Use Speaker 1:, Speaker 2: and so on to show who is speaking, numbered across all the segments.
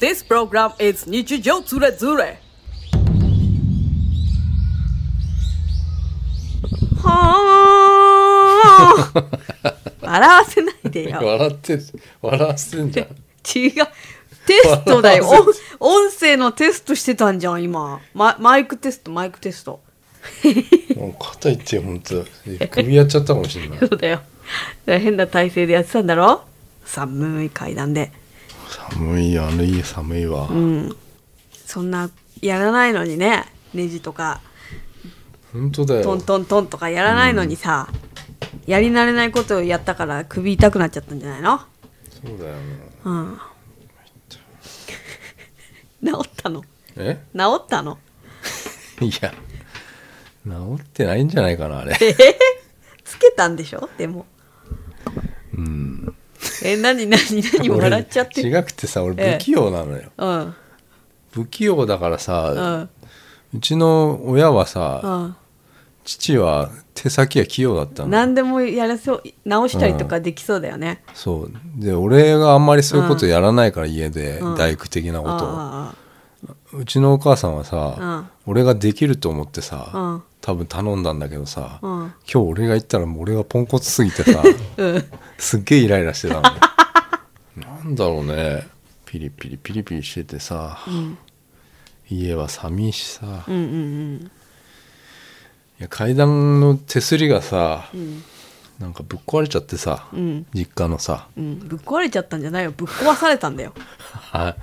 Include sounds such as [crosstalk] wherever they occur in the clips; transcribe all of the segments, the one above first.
Speaker 1: This program is 日常ズレズレ
Speaker 2: [laughs] はあ笑わせないでよ
Speaker 3: 笑ってん笑わせてんじゃん
Speaker 2: 違うテストだよ
Speaker 3: 笑わ
Speaker 2: 音音声のテストしてたんじゃん今ママイクテストマイクテスト
Speaker 3: もう肩いって本当首やっちゃったかもし
Speaker 2: [laughs]
Speaker 3: れない
Speaker 2: そうだよだから変な体勢でやってたんだろ寒い階段で
Speaker 3: 寒いあの家寒いわ、
Speaker 2: そんなやらないのにねネジとか
Speaker 3: 本当だ
Speaker 2: ト
Speaker 3: よ
Speaker 2: ントントンとかやらないのにさ、やり慣れないことをやったから首痛くなっちゃったんじゃないの
Speaker 3: そうだよね
Speaker 2: うん [laughs] 治ったの治っ
Speaker 3: え
Speaker 2: たの
Speaker 3: いや治ってないんじゃないかなあれ
Speaker 2: つけたんでしょでもうんえ何何何
Speaker 3: 俺
Speaker 2: 笑っちゃってる
Speaker 3: 違くてさ俺不器用なのよ、
Speaker 2: うん
Speaker 3: 不器用だから
Speaker 2: う
Speaker 3: さ、
Speaker 2: ん
Speaker 3: うちの親は
Speaker 2: う
Speaker 3: さ
Speaker 2: ん
Speaker 3: 父は手先が器用だったの
Speaker 2: 何でもやらそう直したりとかできそうだよね、
Speaker 3: そうで俺があんまりそういうことやらないから、家で
Speaker 2: うん
Speaker 3: 大工的な
Speaker 2: う
Speaker 3: こ
Speaker 2: ん、
Speaker 3: とを、
Speaker 2: あ
Speaker 3: うちのお母さんはさ、俺ができると思ってさ、
Speaker 2: うん
Speaker 3: 多分頼んだんだけどさ、
Speaker 2: うん
Speaker 3: 今日俺が行ったらもう俺がポンコツすぎてさ
Speaker 2: あうん
Speaker 3: すっげえイライラしてたのなんだろうねピリピリピリピリしててさ、家は寂しさ、
Speaker 2: うんうん
Speaker 3: いや階段の手すりがさ、
Speaker 2: ん
Speaker 3: なんかぶっ壊れちゃってさ、
Speaker 2: ん
Speaker 3: 実家のさ
Speaker 2: うんうんぶっ壊れちゃったんじゃないよぶっ壊されたんだよ
Speaker 3: あ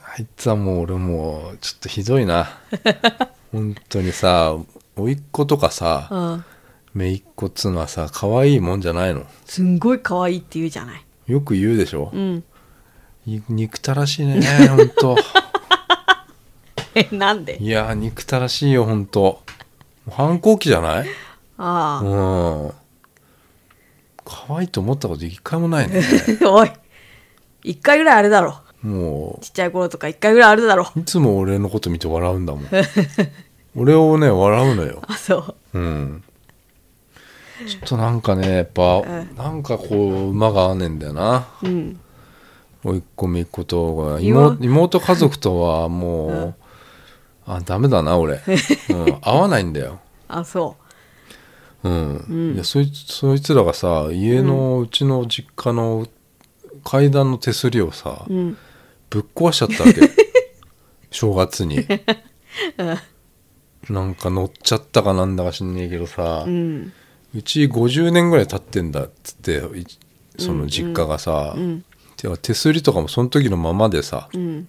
Speaker 3: あいつはもう俺もうちょっとひどい [laughs] な本当にさ甥っ子とかさ、
Speaker 2: うん
Speaker 3: 姪っ子っつうのはさ可愛いもんじゃないの
Speaker 2: すんごい可愛いって言うじゃない
Speaker 3: よく言うでしょ
Speaker 2: う、ん
Speaker 3: い憎たらしいねほん [laughs] と
Speaker 2: えなんで
Speaker 3: いやー憎たらしいよほんと反抗期じゃない
Speaker 2: あ
Speaker 3: う
Speaker 2: あ、
Speaker 3: ん可愛いと思ったこと一回もない [laughs] ね
Speaker 2: [laughs] おい一回ぐらいあれだろ
Speaker 3: も
Speaker 2: ちっちゃい頃とか一回ぐらいあれだろ
Speaker 3: ういつも俺のこと見て笑うんだ [laughs] もん俺をね笑うのよ
Speaker 2: あそう
Speaker 3: うんちょっとなんかねやっぱ、
Speaker 2: ん
Speaker 3: なんかこう馬が合わねえんだよな
Speaker 2: うん
Speaker 3: 甥っ子姪っ子とが
Speaker 2: 妹
Speaker 3: 妹妹家族とはもう、あダメだ
Speaker 2: [laughs]
Speaker 3: な俺、うん、合わないんだよ、
Speaker 2: あそ
Speaker 3: うんいやそいつそいつらがさ家の、うちの実家の階段の手すりをさ、
Speaker 2: ううん
Speaker 3: ぶっ壊しちゃった
Speaker 2: [laughs]
Speaker 3: わけ正月に、なんか乗っちゃったかなんだか知んねえけどさ、
Speaker 2: う
Speaker 3: うんち50年ぐらい経ってんだっつっていその実家がさ、
Speaker 2: うん
Speaker 3: てか手すりとかもその時のままでさ、
Speaker 2: うん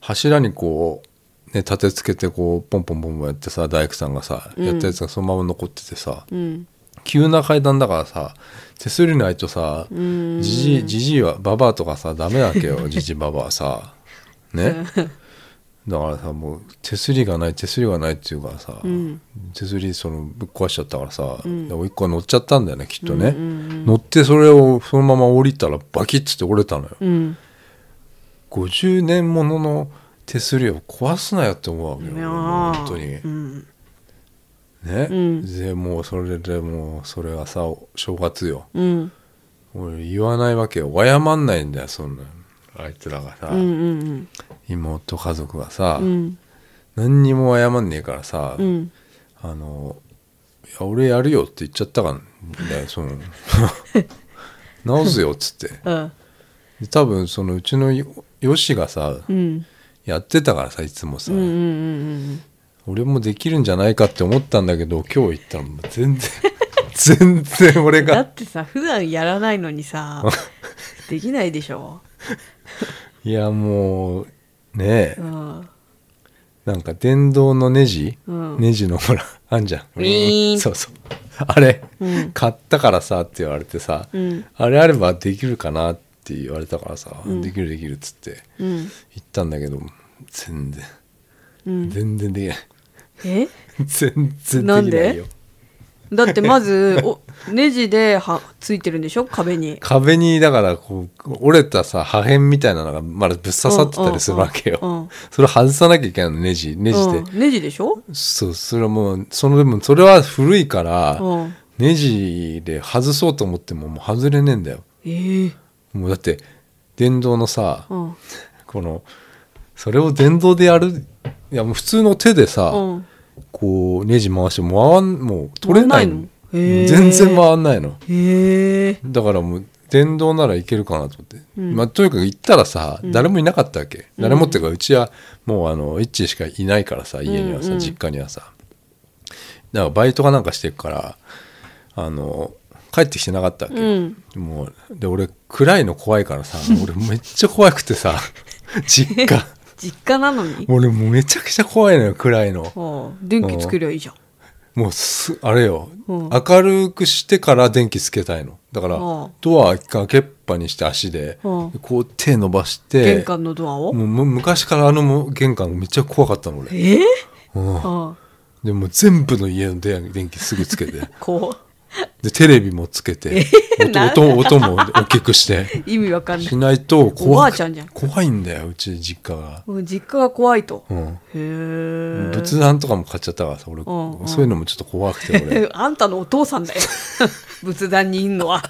Speaker 3: 柱にこう、ね、立てつけてこうポンポンポンポンやってさ大工さんがさ、やったやつがそのまま残っててさ
Speaker 2: うん
Speaker 3: 急な階段だからさ手すりないとさじじいじじいはババアとかさダメだわけ [laughs] よじじいババアさねだからさもう手すりがない手すりがないっていうからさ、手すりそのぶっ壊しちゃったからさ、でもう一個乗っちゃったんだよねきっとね、乗ってそれをそのまま降りたらバキッつって折れたのよ、
Speaker 2: うん
Speaker 3: 50年ものの手すりを壊すなよって思うわけよ
Speaker 2: いやー
Speaker 3: 本当にね、
Speaker 2: うん
Speaker 3: でもうそれでもうそれはさ正月よ
Speaker 2: うん
Speaker 3: 俺言わないわけよ謝んないんだよそんなのあいつらがさ、
Speaker 2: うんうん
Speaker 3: 妹家族がさ、
Speaker 2: うん
Speaker 3: 何にも謝んねえからさ、
Speaker 2: うん
Speaker 3: あの「いや俺やるよ」って言っちゃったからだよそ
Speaker 2: [laughs]
Speaker 3: の [laughs] 直すよっつって
Speaker 2: うん
Speaker 3: で多分そのうちのよよしがさ、
Speaker 2: うん
Speaker 3: やってたからさいつもさ、
Speaker 2: うんうんうん
Speaker 3: 俺もできるんじゃないかって思ったんだけど今日行ったらもう全然 [laughs] 全然俺
Speaker 2: だ
Speaker 3: が
Speaker 2: ってさ普段やらないのに [laughs] さできないでしょ
Speaker 3: いやもうねえ
Speaker 2: うん
Speaker 3: なんか電動のネジ、
Speaker 2: うん
Speaker 3: ネジのほら [laughs] あんじゃん
Speaker 2: ウィーン
Speaker 3: そうそうあれ、
Speaker 2: うん
Speaker 3: 買ったからさって言われてさ、
Speaker 2: うん
Speaker 3: あれあればできるかなって言われたからさ、できるできるっつって
Speaker 2: うん
Speaker 3: 行ったんだけど全然、
Speaker 2: うん
Speaker 3: 全然できない [laughs]
Speaker 2: [laughs] え
Speaker 3: 全然
Speaker 2: な
Speaker 3: で
Speaker 2: ん
Speaker 3: きな
Speaker 2: で
Speaker 3: いよ
Speaker 2: だってまずおネジではついてるんでしょ壁に
Speaker 3: 壁にだからこう折れたさ破片みたいなのがまだぶっ刺さってたりするわけよ、
Speaker 2: うんうんうん
Speaker 3: それ外さなきゃいけないのネジネジで、
Speaker 2: うんネジでしょ
Speaker 3: そうそれはもうそのでもそれは古いから、
Speaker 2: うん
Speaker 3: ネジで外そうと思ってももう外れねえんだよ
Speaker 2: ええ
Speaker 3: もうだって電動のさ、
Speaker 2: うん
Speaker 3: このそれを電動でやるいやもう普通の手でさ、
Speaker 2: うん
Speaker 3: こうネジ回しても回んもう取れないの
Speaker 2: 回んないのへー
Speaker 3: 全然回んないの
Speaker 2: へえ
Speaker 3: だからもう電動ならいけるかなと思って、まあ、とにかく行ったらさ、誰もいなかったわけ誰もっていうかうちはもうあのイッチしかいないからさ家にはさ、実家にはさだからバイトかなんかしてるからあの帰ってきてなかったわけ、
Speaker 2: うん
Speaker 3: もうで俺暗いの怖いか
Speaker 2: [laughs]
Speaker 3: らさ俺めっちゃ怖くてさ実家
Speaker 2: 実家なのに
Speaker 3: 俺もうめちゃくちゃ怖いのよ暗いの
Speaker 2: ああ電気つけりゃいいじゃん
Speaker 3: もうすあれよ、
Speaker 2: うん
Speaker 3: 明るくしてから電気つけたいのだから、
Speaker 2: うん
Speaker 3: ドア開けっぱにして足で、
Speaker 2: うん
Speaker 3: こう手伸ばして
Speaker 2: 玄関のドアを
Speaker 3: もうむ昔からあのも玄関めっちゃ怖かったの俺、
Speaker 2: えー
Speaker 3: うん
Speaker 2: あ
Speaker 3: でもう全部の家の電電気すぐ
Speaker 2: [laughs]
Speaker 3: つけて
Speaker 2: あこ
Speaker 3: でテレビもつけて
Speaker 2: なん
Speaker 3: 音音音も大きくして
Speaker 2: う意味わかんな
Speaker 3: し
Speaker 2: い
Speaker 3: ないと怖く
Speaker 2: おばあちゃんじゃん
Speaker 3: 怖いんだようち実家が、
Speaker 2: もう実家が怖いと、
Speaker 3: うん、
Speaker 2: へえ
Speaker 3: 仏壇とかも買っちゃったからさ
Speaker 2: ん
Speaker 3: 俺、
Speaker 2: うん
Speaker 3: そういうのもちょっと怖くて俺
Speaker 2: [laughs] あんたのお父さんだよ [laughs] 仏壇にいんのは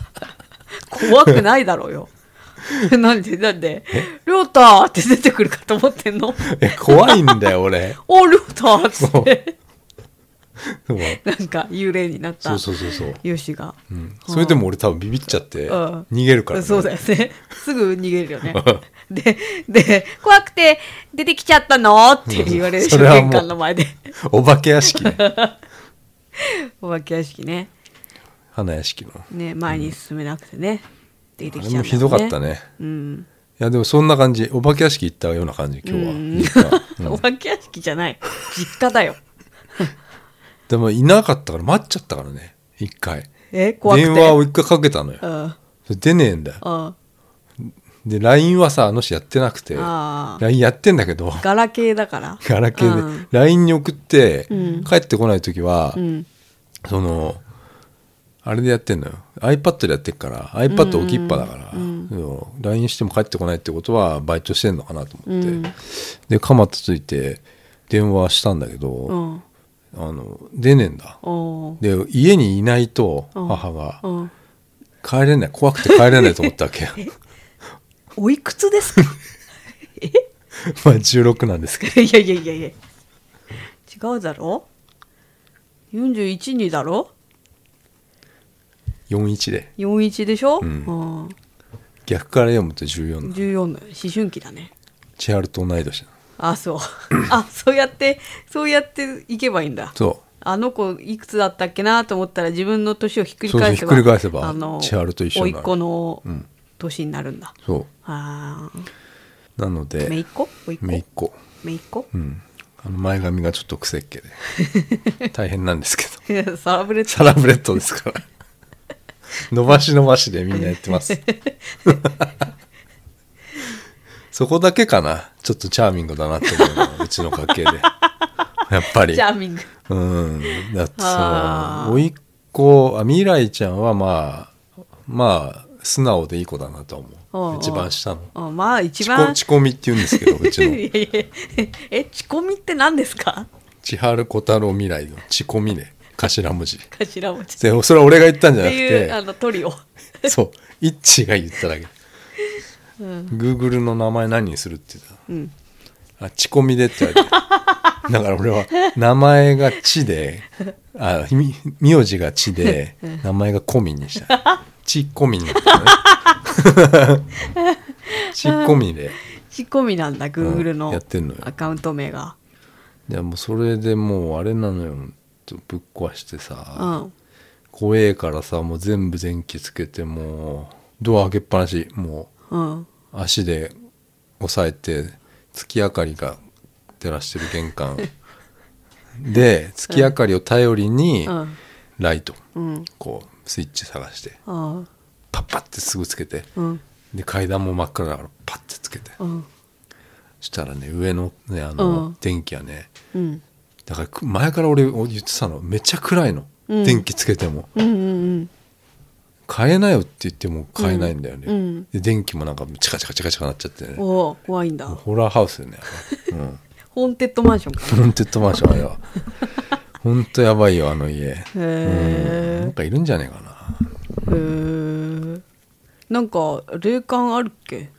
Speaker 2: [laughs] 怖くないだろうよ [laughs] なんでなんで「りょうた!」って出てくるかと思ってんの「
Speaker 3: いや怖いんだよ
Speaker 2: [laughs]
Speaker 3: 俺 [laughs]
Speaker 2: おりょうた!」っつ
Speaker 3: そう
Speaker 2: って
Speaker 3: そう
Speaker 2: なんか幽霊になった
Speaker 3: そうそうそうそう
Speaker 2: よしが、
Speaker 3: うんそれでも俺多分ビビっちゃって
Speaker 2: うん
Speaker 3: 逃げるからね
Speaker 2: そうだよ
Speaker 3: [laughs]
Speaker 2: ねすぐ逃げるよねでで「怖くて出てきちゃったの?」って言われるでし
Speaker 3: そ
Speaker 2: ょ
Speaker 3: れはも
Speaker 2: 玄
Speaker 3: う
Speaker 2: 関の前で
Speaker 3: お化け屋敷ね
Speaker 2: [laughs] お化け屋敷ね
Speaker 3: 花屋敷の
Speaker 2: ね前に進めなくてね、出て
Speaker 3: あ
Speaker 2: き
Speaker 3: れ
Speaker 2: ちゃ
Speaker 3: も
Speaker 2: った、ね、
Speaker 3: ひどかったね
Speaker 2: うん、
Speaker 3: いやでもそんな感じお化け屋敷行ったような感じ今日は実家
Speaker 2: お化け屋敷じゃない実家だよ
Speaker 3: でもいなかったから待っちゃったからね一回
Speaker 2: え怖くて
Speaker 3: 電話を一回かけたのよ
Speaker 2: うん
Speaker 3: それ出ねえんだよ
Speaker 2: うん
Speaker 3: で LINE はさあの人やってなくて
Speaker 2: あー
Speaker 3: LINE やってんだけど
Speaker 2: ガラケーだから
Speaker 3: ガラケ
Speaker 2: う
Speaker 3: ー
Speaker 2: ん
Speaker 3: で LINE に送って
Speaker 2: うん
Speaker 3: 帰ってこない時は
Speaker 2: うん
Speaker 3: そのあれでやってんのよ iPad でやってるから iPad 置きっぱだから、そう LINE しても帰ってこないってことはバイトしてんのかなと思って、
Speaker 2: うん
Speaker 3: でカマつついて電話したんだけど、
Speaker 2: うん
Speaker 3: あの出ねえんだ
Speaker 2: おー
Speaker 3: で家にいないと
Speaker 2: うん
Speaker 3: 母が
Speaker 2: うん
Speaker 3: 帰れない怖くて帰れないと思ったわけ
Speaker 2: [laughs] おいくつですか
Speaker 3: [laughs] まあ16なんですけど
Speaker 2: [laughs] いやいやいやいや違うだろ41にだろ
Speaker 3: 41で
Speaker 2: 41でしょ、
Speaker 3: ん
Speaker 2: うん
Speaker 3: 逆から読むと14の
Speaker 2: 14の思春期だね
Speaker 3: 千春と同い年なの
Speaker 2: あそう [coughs] あそうやってそうやっていけばいいんだ
Speaker 3: そう
Speaker 2: あの子いくつだったっけなと思ったら自分の年をひっくり返せば
Speaker 3: そうそうひっくり返せば
Speaker 2: あの
Speaker 3: 千春と一緒になる
Speaker 2: 甥っ子の
Speaker 3: ん
Speaker 2: 年になるんだ、
Speaker 3: そ
Speaker 2: ああ
Speaker 3: うなので
Speaker 2: 姪っ子甥っ子
Speaker 3: めいっ子
Speaker 2: 姪っ子
Speaker 3: うん、あの前髪がちょっとくせっけで [laughs] 大変なんですけ
Speaker 2: [laughs]
Speaker 3: ど
Speaker 2: サラブレッ
Speaker 3: サラブレッドですから伸ばし伸ばしでみんなやってます [laughs] そこだけかなちょっとチャーミングだなって思うのはうちの家系でやっぱ
Speaker 2: ド
Speaker 3: り
Speaker 2: チャーミング
Speaker 3: うんだって
Speaker 2: あ
Speaker 3: そう甥っ子あ未来ちゃんはまあまあ素直でいい子だなと
Speaker 2: おうお
Speaker 3: 思
Speaker 2: う
Speaker 3: う一番下の
Speaker 2: あまあ一
Speaker 3: ちこ
Speaker 2: 番
Speaker 3: ちこみって言うんですけどうち
Speaker 2: [laughs]
Speaker 3: の
Speaker 2: いやいやえチコミって何ですか
Speaker 3: 千春小太郎未来のちこみね頭文字
Speaker 2: 頭文字っ
Speaker 3: でそれは俺が言ったんじゃな
Speaker 2: て
Speaker 3: く
Speaker 2: いうあ
Speaker 3: て
Speaker 2: のト
Speaker 3: [laughs]
Speaker 2: リオ
Speaker 3: そうイッチが言っただけグーグルの名前何にするって言ってた、
Speaker 2: ん
Speaker 3: あチコミでって言
Speaker 2: [laughs]
Speaker 3: われてだから俺は名前がチであみ名字がチで名前がコミ
Speaker 2: [laughs]
Speaker 3: にしたチコミになったねチコミで
Speaker 2: チコミなんだグーグル
Speaker 3: う
Speaker 2: の
Speaker 3: んやってんのよ
Speaker 2: アカウント名が
Speaker 3: いやもうそれでもうあれなのよぶっ壊してさ、
Speaker 2: うん
Speaker 3: 怖えからさもう全部電気つけてもうドア開けっぱなしも
Speaker 2: うん
Speaker 3: う足で押さえて月明かりが照らしてる玄関
Speaker 2: [laughs]
Speaker 3: で月明かりを頼りに
Speaker 2: うん
Speaker 3: ライト、
Speaker 2: うん
Speaker 3: こうスイッチ探して
Speaker 2: あ
Speaker 3: パッパッてすぐつけて
Speaker 2: あうん
Speaker 3: で階段も真っ暗だからパッてつけて
Speaker 2: うん
Speaker 3: したらね上のねあ
Speaker 2: う
Speaker 3: の、
Speaker 2: ん
Speaker 3: 電気はね
Speaker 2: うん
Speaker 3: だからく前から俺言ってたのめっちゃ暗いの、
Speaker 2: うん
Speaker 3: 電気つけても
Speaker 2: うんうん
Speaker 3: 買えなよって言っても買えないんだよね、
Speaker 2: うんうん
Speaker 3: で電気もなんかチカチカチカチカなっちゃってね
Speaker 2: うんおお怖いんだ
Speaker 3: ホラーハウスよねあれうん
Speaker 2: ホーンテッドマンションか
Speaker 3: ホーンテッドマンションあれ
Speaker 2: [laughs]
Speaker 3: はほんとやばいよあの家
Speaker 2: へ
Speaker 3: なんかいるんじゃねえかな
Speaker 2: えへえなんか霊感あるっけ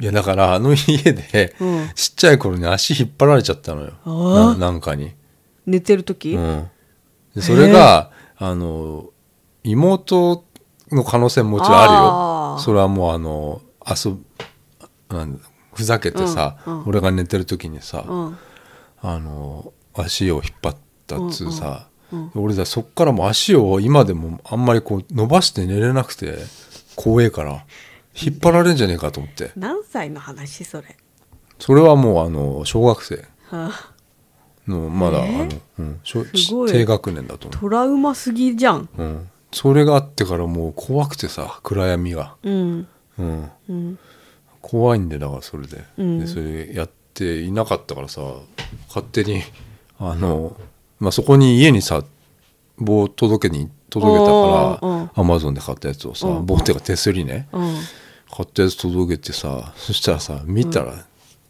Speaker 3: いやだからあの家で、
Speaker 2: うん
Speaker 3: ちっちゃい頃に足引っ張られちゃったのよ
Speaker 2: あ
Speaker 3: ななんかに、
Speaker 2: 寝てる時、
Speaker 3: うん、でそれが、あの妹の可能性ももちろんあ
Speaker 2: あ
Speaker 3: るよ
Speaker 2: ー
Speaker 3: それはもうあの遊ぶなんだふざけてさ、
Speaker 2: うんうん
Speaker 3: 俺が寝てる時にさ、
Speaker 2: うん、
Speaker 3: あの足を引っ張ったっつうさ、俺さそっからもう足を今でもあんまりこう伸ばして寝れなくて怖えから引っ張られんじゃねえかと思って
Speaker 2: 何歳の話それ、
Speaker 3: それはもうあの小学生
Speaker 2: はあ、
Speaker 3: のまだ、
Speaker 2: えー
Speaker 3: あの、うん、小
Speaker 2: すごい
Speaker 3: 低学年だと思
Speaker 2: トラウマすぎじゃん
Speaker 3: う、うん、それがあってからもう怖くてさ暗闇が、
Speaker 2: うん
Speaker 3: うん、
Speaker 2: うん
Speaker 3: 怖いんでだからそれで,、
Speaker 2: うん
Speaker 3: でそれやっていなかったからさ勝手にあの、まあ、そこに家にさ棒届けに届けた
Speaker 2: おー
Speaker 3: か
Speaker 2: うん
Speaker 3: らアマゾンで買ったやつをさ
Speaker 2: うん
Speaker 3: 棒っていうか手すりね
Speaker 2: うん
Speaker 3: 買ったやつ届けてさそしたらさ見たら、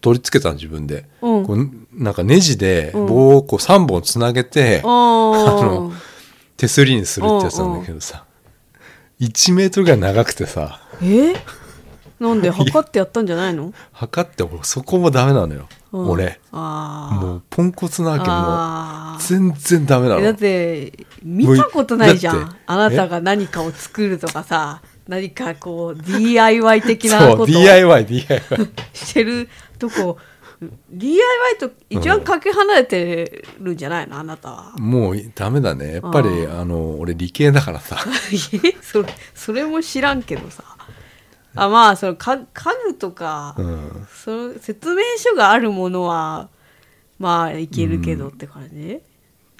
Speaker 3: 取り付けたの自分で、
Speaker 2: うん
Speaker 3: こうなんかネジで
Speaker 2: うん
Speaker 3: 棒をこう3本つなげて、あの
Speaker 2: あ
Speaker 3: 手すりにするってやつなんだけどさ、1メートルぐらい長くてさ
Speaker 2: あえなんで測ってやったんじゃないの、
Speaker 3: 測って俺そこもダメなのよ、
Speaker 2: うん、
Speaker 3: 俺。
Speaker 2: ああ
Speaker 3: もうポンコツなわ
Speaker 2: あ
Speaker 3: けもう
Speaker 2: ー
Speaker 3: 全然ダメな
Speaker 2: えだっ
Speaker 3: の
Speaker 2: て見たことないじゃ
Speaker 3: もうだっ
Speaker 2: ん
Speaker 3: て
Speaker 2: あなたが何かを作るとかさ何かこう DIY 的なこ
Speaker 3: そ
Speaker 2: と
Speaker 3: う
Speaker 2: を
Speaker 3: DIY DIY
Speaker 2: してるとこ DIY と一番かけ離れてるんじゃないのあなたは
Speaker 3: [laughs]
Speaker 2: [laughs]
Speaker 3: もうダメだねやっぱりあの俺理系だからさ [laughs]
Speaker 2: えそれそれも知らんけどさあまあそのか家具とか、
Speaker 3: うん
Speaker 2: その説明書があるものはまあいけるけどって感じ、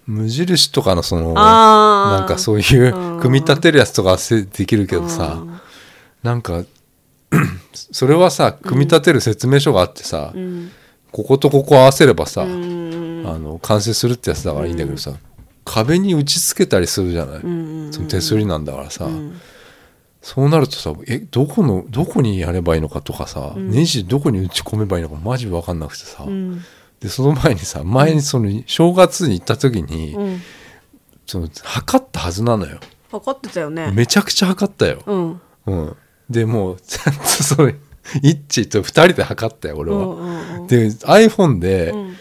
Speaker 3: 無印とかのその
Speaker 2: あー
Speaker 3: なんかそういう
Speaker 2: うん
Speaker 3: 組み立てるやつとかはせできるけどさ
Speaker 2: うん
Speaker 3: なんか [clears throat] それはさ組み立てる説明書があってさ、
Speaker 2: うん
Speaker 3: こことここ合わせればさ、
Speaker 2: うん
Speaker 3: あの完成するってやつだからいいんだけどさ、壁に打ち付けたりするじゃない、
Speaker 2: ん
Speaker 3: その手すりなんだからさ、そうなるとさえどこのどこにやればいいのかとかさ、ネジどこに打ち込めばいいのかマジ分かんなくてさ、
Speaker 2: うん
Speaker 3: でその前にさ前にその正月に行った時に、
Speaker 2: うん
Speaker 3: その測ったはずなのよ
Speaker 2: 測ってたよね
Speaker 3: めちゃくちゃ測ったよ、
Speaker 2: うん
Speaker 3: うん、でもうちゃんとそれイッチと2人で測ったよ俺
Speaker 2: う
Speaker 3: は、
Speaker 2: んうんうん
Speaker 3: で iPhone で
Speaker 2: うん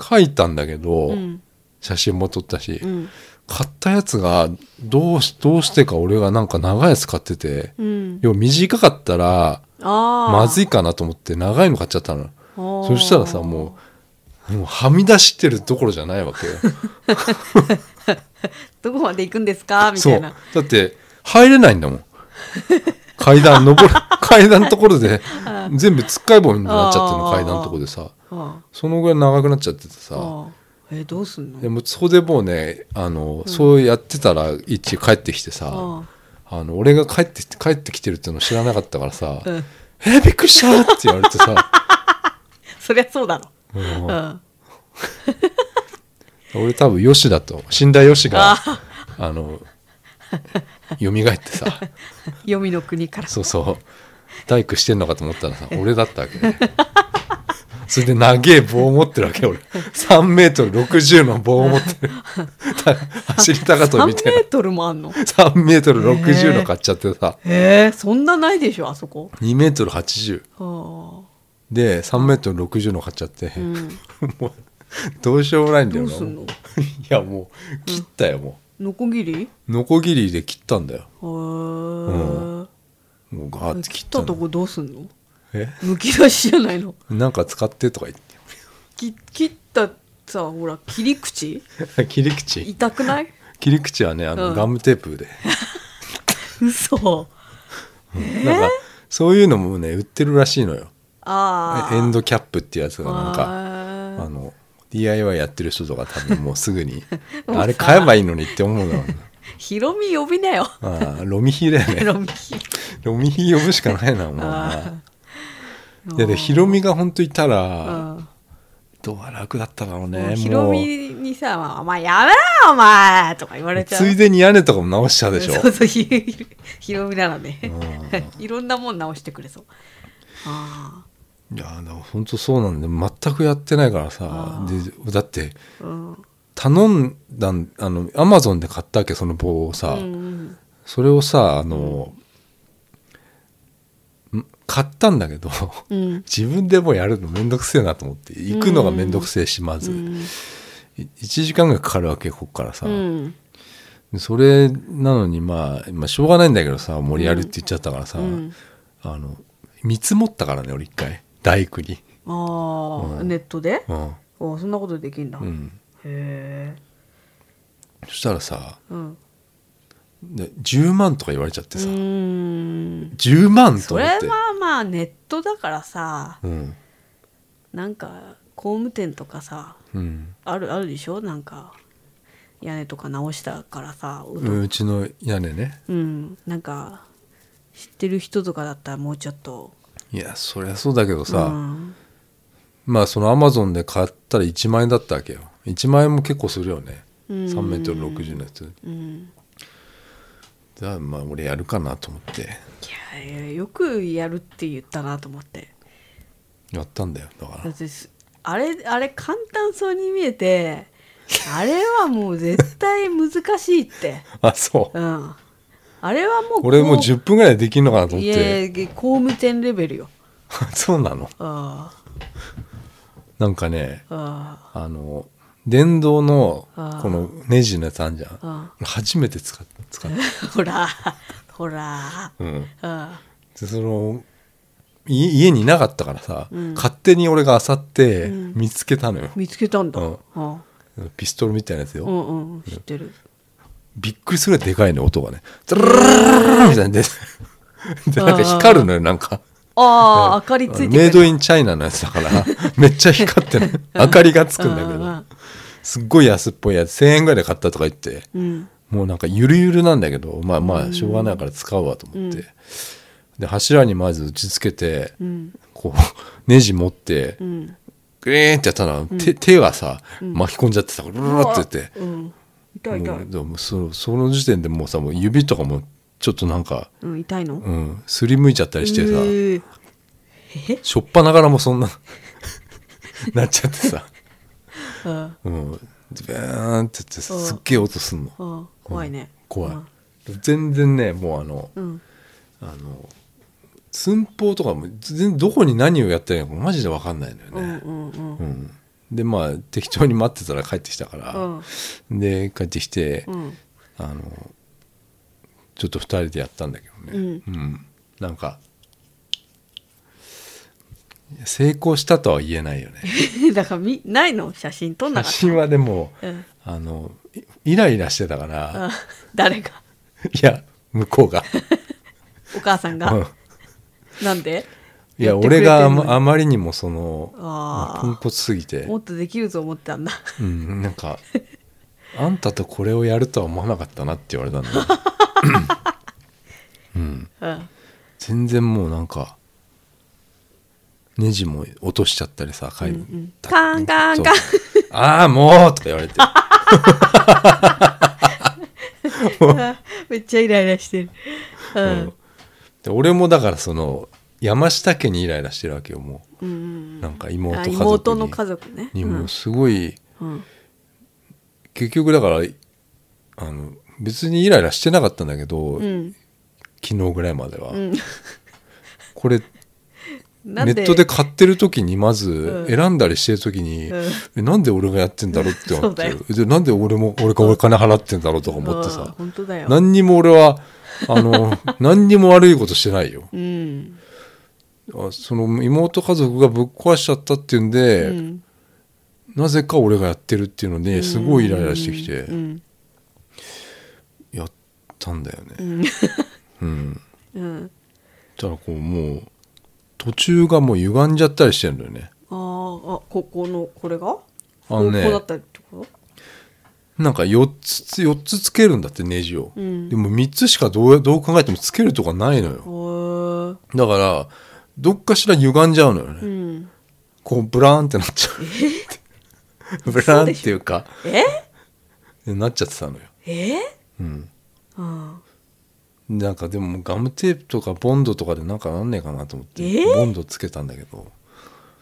Speaker 3: 書いたんだけど、
Speaker 2: うん
Speaker 3: 写真も撮ったし、
Speaker 2: うん
Speaker 3: 買ったやつがどうしどうしてか俺がなんか長いやつ買ってて、
Speaker 2: うん
Speaker 3: 要は短かったら
Speaker 2: ああ
Speaker 3: まずいかなと思って長いの買っちゃったのそ
Speaker 2: そ
Speaker 3: したらさもうもうはみ出してるどころじゃないわ
Speaker 2: [laughs]
Speaker 3: けよ
Speaker 2: どこまで行くんですかみた
Speaker 3: そう
Speaker 2: い
Speaker 3: だ
Speaker 2: な
Speaker 3: って入れないんだもん階段
Speaker 2: [laughs]
Speaker 3: 登る階段のところで全部つっかい棒になっちゃってるの
Speaker 2: あー
Speaker 3: 階段のところでさ
Speaker 2: あ
Speaker 3: そのぐらい長くなっちゃってて
Speaker 2: あ
Speaker 3: さ
Speaker 2: ああえどうすんの
Speaker 3: でもそこでもうねあの、そうやってたら一帰ってきてさ、
Speaker 2: あ
Speaker 3: あの俺が帰ってきて帰ってきてるっていうの知らなかったからさ「
Speaker 2: うん
Speaker 3: えびっくりした!」って言われてさ、 [laughs]
Speaker 2: そりゃそうだろ
Speaker 3: うん
Speaker 2: うんあ
Speaker 3: 俺多分ヨシだと死んだヨシが
Speaker 2: あ
Speaker 3: あの蘇ってさ
Speaker 2: 黄泉の国から
Speaker 3: そうそう大工してんのかと思ったらさ俺だったわけねそれで長え棒を持ってるわけ俺3メートル60の棒を持ってるた走り高跳
Speaker 2: 3
Speaker 3: びみたい
Speaker 2: メートルもあんの
Speaker 3: な3メートル60の買っちゃってさ
Speaker 2: えーそんなないでしょあそこ
Speaker 3: 2メートル80
Speaker 2: ああ
Speaker 3: で3メートル60の買っちゃって、
Speaker 2: ん
Speaker 3: もうどうしようもないんだ
Speaker 2: ど
Speaker 3: よ
Speaker 2: う
Speaker 3: な
Speaker 2: すんの
Speaker 3: [laughs] いやもう切ったよも
Speaker 2: ノコギリへ
Speaker 3: うノコギリで切ったんだよ
Speaker 2: え
Speaker 3: もうガーッて切
Speaker 2: 切
Speaker 3: っ
Speaker 2: ったた
Speaker 3: の
Speaker 2: とこどうすんの
Speaker 3: え
Speaker 2: むき出しじゃないの
Speaker 3: なんか使ってとか言っ
Speaker 2: き切ったさほら切り口
Speaker 3: て [laughs] 切り口
Speaker 2: 痛く
Speaker 3: [laughs]
Speaker 2: ない
Speaker 3: 切り口はねあの、
Speaker 2: うん
Speaker 3: ガムテープで、
Speaker 2: 嘘
Speaker 3: なんかそういうのもね売ってるらしいのよ
Speaker 2: ああ
Speaker 3: エンドキャップっていうやつがなんかあ
Speaker 2: か
Speaker 3: の DIY やってる人とか多分もうすぐに
Speaker 2: [laughs] もうさ
Speaker 3: あれ買えばいいのにって思うの
Speaker 2: ヒロミ呼びなよ
Speaker 3: ああロミヒだよ
Speaker 2: [laughs] ヒ
Speaker 3: ね
Speaker 2: ロミ
Speaker 3: ロミヒ呼ぶしかないなもうな
Speaker 2: あ
Speaker 3: いやでヒロミが本当いたら
Speaker 2: あ
Speaker 3: どうは楽だっただろう
Speaker 2: もう
Speaker 3: ね
Speaker 2: ヒ
Speaker 3: も
Speaker 2: ロ
Speaker 3: う
Speaker 2: ミにさ「お前やめろお前!」とか言われちゃう
Speaker 3: ついでに屋根とかも直しちゃうでしょ
Speaker 2: そうそうヒ [laughs] ヒロミならね [laughs] いろんなもん直してくれそうあ
Speaker 3: いやでも本当そうなんで全くやってないからさでだって
Speaker 2: あうん
Speaker 3: 頼んだんあのアマゾンで買ったわけその棒をさ、
Speaker 2: うん
Speaker 3: それをさあの、ん買ったんだけど、 [laughs]
Speaker 2: うん
Speaker 3: 自分でもうやるのめんどくせえなと思って行くのがめんどくせえしまず、い1時間がかかるわけこっからさ、
Speaker 2: うん
Speaker 3: それなのにまあ、まあ、しょうがないんだけどさもうやるって言っちゃったからさ、
Speaker 2: ん
Speaker 3: あの見積もったからね俺一回大工に、
Speaker 2: ああ
Speaker 3: うん
Speaker 2: ネットで
Speaker 3: う
Speaker 2: あ
Speaker 3: ん
Speaker 2: そんなことできんだ
Speaker 3: う
Speaker 2: へ
Speaker 3: ん、
Speaker 2: え
Speaker 3: そしたらさ
Speaker 2: うん
Speaker 3: で10万とか言われちゃって
Speaker 2: う
Speaker 3: さ、
Speaker 2: ーん
Speaker 3: 10万と
Speaker 2: そ
Speaker 3: 思
Speaker 2: れ
Speaker 3: っ
Speaker 2: は
Speaker 3: て、
Speaker 2: まあネットだからさ
Speaker 3: うん
Speaker 2: なんか工務店とかさ
Speaker 3: うん、
Speaker 2: あるあるでしょなんか屋根とか直したからさう
Speaker 3: うちの屋根ね
Speaker 2: うんなんか知ってる人とかだったらもうちょっと
Speaker 3: いやそりゃそうだけどさ、
Speaker 2: うん
Speaker 3: まあそのアマゾンで買ったら1万円だったわけよ1万円も結構するよね
Speaker 2: うん
Speaker 3: 3メートル6 0のやつ
Speaker 2: うん
Speaker 3: じゃあまあ俺やるかなと思って
Speaker 2: いやいやよくやるって言ったなと思って
Speaker 3: やったんだよだか
Speaker 2: だ
Speaker 3: ら
Speaker 2: ってすあれあれ簡単そうに見えてあれはもう絶対難しいって
Speaker 3: あそう
Speaker 2: うんあれはもうこう
Speaker 3: 俺もう10分ぐらいでできるのかなと思っ
Speaker 2: いや
Speaker 3: て
Speaker 2: いや工務店レベルよ
Speaker 3: [laughs] そうなの
Speaker 2: あ
Speaker 3: なんかね
Speaker 2: ああ
Speaker 3: あの電動の
Speaker 2: あー
Speaker 3: このネジのやつあんじゃん
Speaker 2: あ
Speaker 3: 初めて使っ使った
Speaker 2: あほらほら
Speaker 3: うん
Speaker 2: あ
Speaker 3: でそのい家にいなかったからさ、
Speaker 2: うん
Speaker 3: 勝手に俺が漁って
Speaker 2: うん
Speaker 3: 見つけたのよ、
Speaker 2: 見つけたんだ、
Speaker 3: う
Speaker 2: うんん、
Speaker 3: ピストルみたいなやつよ、
Speaker 2: うんうん知ってる
Speaker 3: びっくりするぐらいでかいね音がねザラララララみたいなんででなんか光るのよなんか
Speaker 2: ああ、明かりついて
Speaker 3: メイドインチャイナのやつだからめっちゃ光ってる明かりがつくんだけど
Speaker 2: け
Speaker 3: すっごい安っぽいやつ1000円ぐらいで買ったとか言っ
Speaker 2: ど
Speaker 3: て
Speaker 2: うん
Speaker 3: もうなんかゆるゆるなんだけどまあまあしょうがないから使うわと思って、
Speaker 2: うん
Speaker 3: で柱にまず打ち付けて、
Speaker 2: うん
Speaker 3: こう [laughs] ネジ持って
Speaker 2: うん
Speaker 3: グリーンってやったら、手手がさ巻き込んじゃってさルルルって言って。
Speaker 2: うん痛い痛
Speaker 3: もう
Speaker 2: い、
Speaker 3: でもそその時点でもうさもう指とかもちょっとなんか、
Speaker 2: うん、痛いの、
Speaker 3: うん、すりむいちゃったりしてさ、
Speaker 2: うー
Speaker 3: しょっぱながらもそんな [laughs] なっちゃってさ、
Speaker 2: うん
Speaker 3: うん、ズベーンって言って
Speaker 2: うん
Speaker 3: すっげえ音すんの、
Speaker 2: うん怖いね、
Speaker 3: 怖い、全然ねもうあの
Speaker 2: うん、
Speaker 3: あの寸法とかも全然どこに何をやってるのかマジで分かんないのよ
Speaker 2: うんうん
Speaker 3: ね、
Speaker 2: うん
Speaker 3: うんでまあ適当に待ってたら帰ってきたか
Speaker 2: う
Speaker 3: ら
Speaker 2: ん、
Speaker 3: で帰ってきて、
Speaker 2: うん
Speaker 3: あのちょっと2人でやったんだけどね、うんなんか成功したとは言えないよね
Speaker 2: だからみないの写真撮んなか
Speaker 3: 写
Speaker 2: っ
Speaker 3: 真はでも
Speaker 2: た、うん、
Speaker 3: あのイイライラしてたから
Speaker 2: あ誰が
Speaker 3: いや向こう
Speaker 2: [laughs]
Speaker 3: が、
Speaker 2: お母さんが、
Speaker 3: うん
Speaker 2: なんで
Speaker 3: いや俺があ
Speaker 2: やってくれてんのに
Speaker 3: まあまりにもその
Speaker 2: あー
Speaker 3: ポンコツすぎて
Speaker 2: も、っとできると思ってたんだ
Speaker 3: うん、なんか「あんたとこれをやるとは思わなかったな」って言われたん
Speaker 2: [laughs]
Speaker 3: だよ
Speaker 2: うん
Speaker 3: 全然もうなんかネジも落としちゃったりさ帰る、た
Speaker 2: カンカンカン
Speaker 3: そうああもうとか言われて
Speaker 2: めっちゃイライラしてる [laughs] うん
Speaker 3: うんで俺もだからその山下家にイライラしてるわけよも
Speaker 2: うんうん
Speaker 3: う
Speaker 2: うん
Speaker 3: なんか妹
Speaker 2: あ
Speaker 3: 家族に
Speaker 2: 妹の家族ね
Speaker 3: にもうすごい、
Speaker 2: うん
Speaker 3: 結局だからあの別にイライラしてなかったんだけど、
Speaker 2: うん
Speaker 3: 昨日ぐらいまでは、
Speaker 2: うん
Speaker 3: これ
Speaker 2: な
Speaker 3: ネ
Speaker 2: んで
Speaker 3: ットで買ってる時にま
Speaker 2: ん
Speaker 3: ず、選んだりしてる時に、
Speaker 2: うん
Speaker 3: えなんで俺がやってんだろうって思って
Speaker 2: そう
Speaker 3: でなんで俺も俺が俺金払ってんだろうとか思って
Speaker 2: うん
Speaker 3: さ
Speaker 2: 本当だよ
Speaker 3: 何にも俺は
Speaker 2: [laughs]
Speaker 3: あの何にも悪いことしてないよ
Speaker 2: うん
Speaker 3: あその妹家族がぶっ壊しちゃったっていうんで、
Speaker 2: うん
Speaker 3: なぜか俺がやってるっていうのですごいイライラしてきて
Speaker 2: うん
Speaker 3: やったんだよね
Speaker 2: う。ん
Speaker 3: うん、
Speaker 2: うん
Speaker 3: たらこうもう途中がもう歪んじゃったりしてるんだよね。
Speaker 2: あーあここのこれが
Speaker 3: あのね
Speaker 2: こうこうだったってこ
Speaker 3: なんか4つ4つつけるんだってネジを、
Speaker 2: うん
Speaker 3: でも3つしかどうどう考えてもつけるとかないの
Speaker 2: と
Speaker 3: よ
Speaker 2: おー
Speaker 3: だからどっかしら歪んじゃうのよね、
Speaker 2: うん
Speaker 3: こうブラーンってなっ
Speaker 2: [laughs]
Speaker 3: ちゃうブラーンっていうか
Speaker 2: え
Speaker 3: なっちゃってたのよ
Speaker 2: え
Speaker 3: うん
Speaker 2: うん
Speaker 3: なんかでもガムテープとかボンドとかでなんかなんねえかなと思って、
Speaker 2: えー
Speaker 3: ボンドつけたんだけど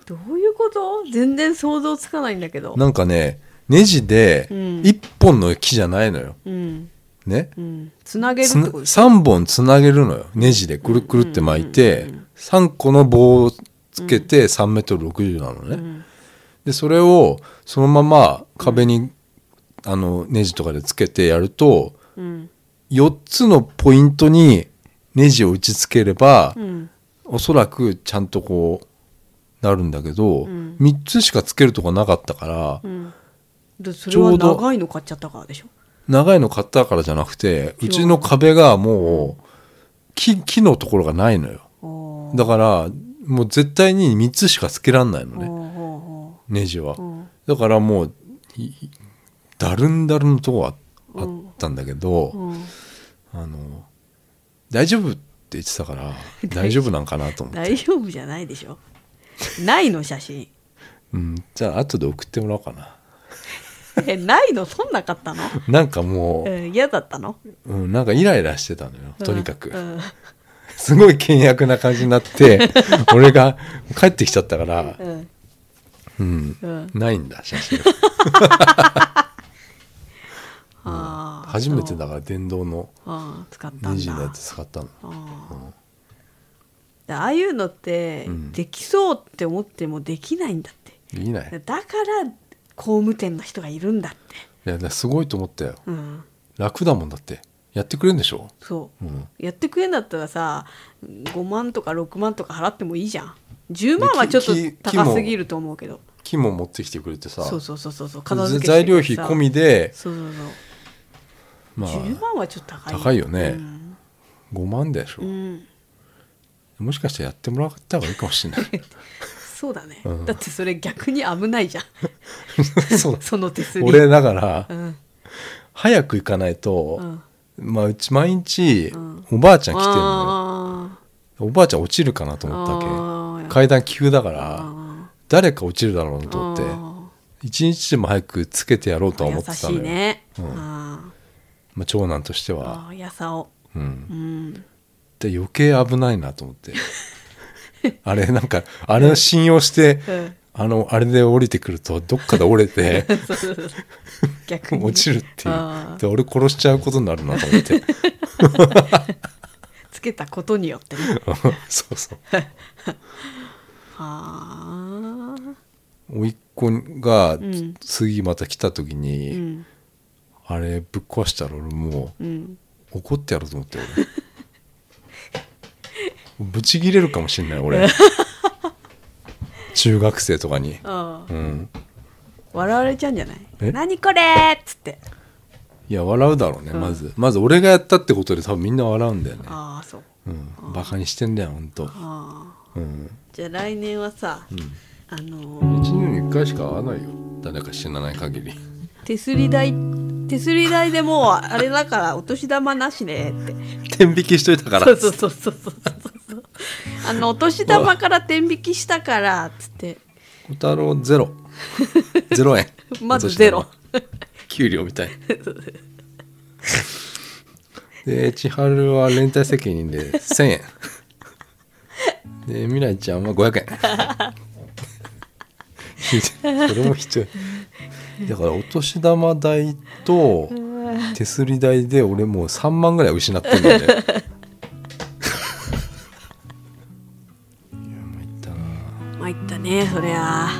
Speaker 2: どういうこと全然想像つかないんだけど。
Speaker 3: なんかねネジで
Speaker 2: うん
Speaker 3: 1本の木じゃないのよ、
Speaker 2: うん。
Speaker 3: ね
Speaker 2: うん。つなげるっ
Speaker 3: つ
Speaker 2: てことです
Speaker 3: 3本つなげるのよネジでくるくるって巻いて、 3個の棒をつけて3メートル60なのね、でそれをそのまま壁に、あのネジとかでつけてやると
Speaker 2: うん
Speaker 3: 4つのポイントにネジを打ち付ければ、
Speaker 2: うん
Speaker 3: おそらくちゃんとこうなるんだけど、
Speaker 2: ん
Speaker 3: 3つしかつけるとこなかったから、
Speaker 2: うんでそれは
Speaker 3: ちょうど
Speaker 2: 長いの買っちゃったからでしょ
Speaker 3: 長いの買ったからじゃなくてうちの壁がもう木木のところがないのよ
Speaker 2: あ
Speaker 3: だからもう絶対に3つしかつけらんないの
Speaker 2: あ、
Speaker 3: ね
Speaker 2: あ
Speaker 3: ネジは
Speaker 2: あ、あ
Speaker 3: だからもういだるんだるんのとこはあ
Speaker 2: うん
Speaker 3: ったんだけど、
Speaker 2: あ、うん
Speaker 3: あの大丈夫って言ってたから
Speaker 2: [laughs]
Speaker 3: 大丈夫なんかなと思って、
Speaker 2: 大丈夫じゃないでしょないの写真
Speaker 3: うん、じゃあ後で送ってもらおうかな
Speaker 2: えないのそんなかった
Speaker 3: [laughs]
Speaker 2: の
Speaker 3: なんかも
Speaker 2: えー嫌だったの
Speaker 3: う、うん、なんかイライラしてたのよとにかく、
Speaker 2: うんうん
Speaker 3: すごい倹約な感じになって
Speaker 2: [laughs]
Speaker 3: 俺が帰ってきちゃったから、
Speaker 2: うん
Speaker 3: うん、
Speaker 2: うん
Speaker 3: ないんだ写
Speaker 2: [laughs]
Speaker 3: 真
Speaker 2: あー
Speaker 3: 初めて
Speaker 2: そう
Speaker 3: だから電動の
Speaker 2: あー使った
Speaker 3: ネ
Speaker 2: ん
Speaker 3: ジのや
Speaker 2: だ
Speaker 3: つ使ったの
Speaker 2: あーああいうのって
Speaker 3: うん
Speaker 2: できそうって思ってもできないんだって
Speaker 3: できない
Speaker 2: だから工務店の人がいるんだって
Speaker 3: いやだからすごいと思ったよ
Speaker 2: うん
Speaker 3: 楽だもんだってやってくれるんでしょ
Speaker 2: そう、
Speaker 3: うん
Speaker 2: やってくれんだったらさ5万とか6万とか払ってもいいじゃん10万はちょっと
Speaker 3: できき
Speaker 2: 高すぎると思うけど
Speaker 3: 木も持ってきてくれてさ
Speaker 2: そうそうそうそうそう片付けして
Speaker 3: 材
Speaker 2: く
Speaker 3: 料
Speaker 2: れ
Speaker 3: 費
Speaker 2: てさ
Speaker 3: 込みで、
Speaker 2: そうそうそう、
Speaker 3: まあ、
Speaker 2: 10万はちょっと高い
Speaker 3: 高いよね
Speaker 2: うん
Speaker 3: 5万でしょ、
Speaker 2: うん
Speaker 3: もしかしたらやってもらった方がいいかもしれない
Speaker 2: [laughs] そうだね、
Speaker 3: うん
Speaker 2: だってそれ逆に危ないじゃん
Speaker 3: [laughs] そう
Speaker 2: [laughs] その手すり
Speaker 3: 俺だから、
Speaker 2: うん
Speaker 3: 早く行かないと、
Speaker 2: うん
Speaker 3: まあうち毎日、
Speaker 2: ん
Speaker 3: おばあちゃん来てるのよ
Speaker 2: あ
Speaker 3: おばあちゃん落ちるかなと
Speaker 2: ー
Speaker 3: 思ったわ
Speaker 2: あ
Speaker 3: け
Speaker 2: ー
Speaker 3: 階段急だから
Speaker 2: あ
Speaker 3: 誰か落ちるだろうな
Speaker 2: ー
Speaker 3: と思って
Speaker 2: あ
Speaker 3: 一日でも早くつけてやろうとは
Speaker 2: ー
Speaker 3: 思ってたのよ
Speaker 2: 優しいね、
Speaker 3: うん
Speaker 2: あ
Speaker 3: まあ、長男として
Speaker 2: ー
Speaker 3: は、
Speaker 2: あーやさお
Speaker 3: うん、 [laughs]
Speaker 2: うん
Speaker 3: で余計危ないなと思って
Speaker 2: [laughs]
Speaker 3: あれなんかあれを信用して、
Speaker 2: うん
Speaker 3: あのあれで降りてくるとどっかで折
Speaker 2: [laughs]
Speaker 3: れて
Speaker 2: そうそうそう逆にね
Speaker 3: 落ちるってい
Speaker 2: あ
Speaker 3: う
Speaker 2: ー
Speaker 3: で俺殺しちゃうことになるなと思って
Speaker 2: [laughs] つけたことによって
Speaker 3: [laughs]
Speaker 2: ね
Speaker 3: そうそう
Speaker 2: あー
Speaker 3: 甥っ子が
Speaker 2: ん
Speaker 3: 次また来た時に、
Speaker 2: うん
Speaker 3: あれぶっ壊したら俺も
Speaker 2: うん
Speaker 3: う怒ってやろうと思って俺 [laughs] ぶち切れるかもしれない
Speaker 2: [laughs]
Speaker 3: 俺中学生とかに、
Speaker 2: あー
Speaker 3: うん、
Speaker 2: 笑われちゃうんじゃな
Speaker 3: え
Speaker 2: い何これーっつって
Speaker 3: いや笑うだろうね、まずまず俺がやったってことで多分みんな笑うんだよね
Speaker 2: ああそう
Speaker 3: うん、バカにしてんだよほんと、
Speaker 2: ああ
Speaker 3: うん、
Speaker 2: じゃあ来年はさ、あのー
Speaker 3: 1年に1回しか会わないよ誰か死なない限り
Speaker 2: 手すり代手すり代でもうあれだからお年玉なしねって
Speaker 3: [laughs] 天引きしといたから
Speaker 2: そうそうそうそうそうそうあのお年玉から天引きしたからっつって
Speaker 3: 小太郎ゼ [laughs] ロゼロ円
Speaker 2: まずゼロ
Speaker 3: 今年の給料みたい [laughs] で千春は連帯責任で1000円で未来ちゃんは500円それも必要だからお年玉代と手すり代で俺もう3万ぐらい失ってんだよねいや参ったな
Speaker 2: 参ったねそりゃあ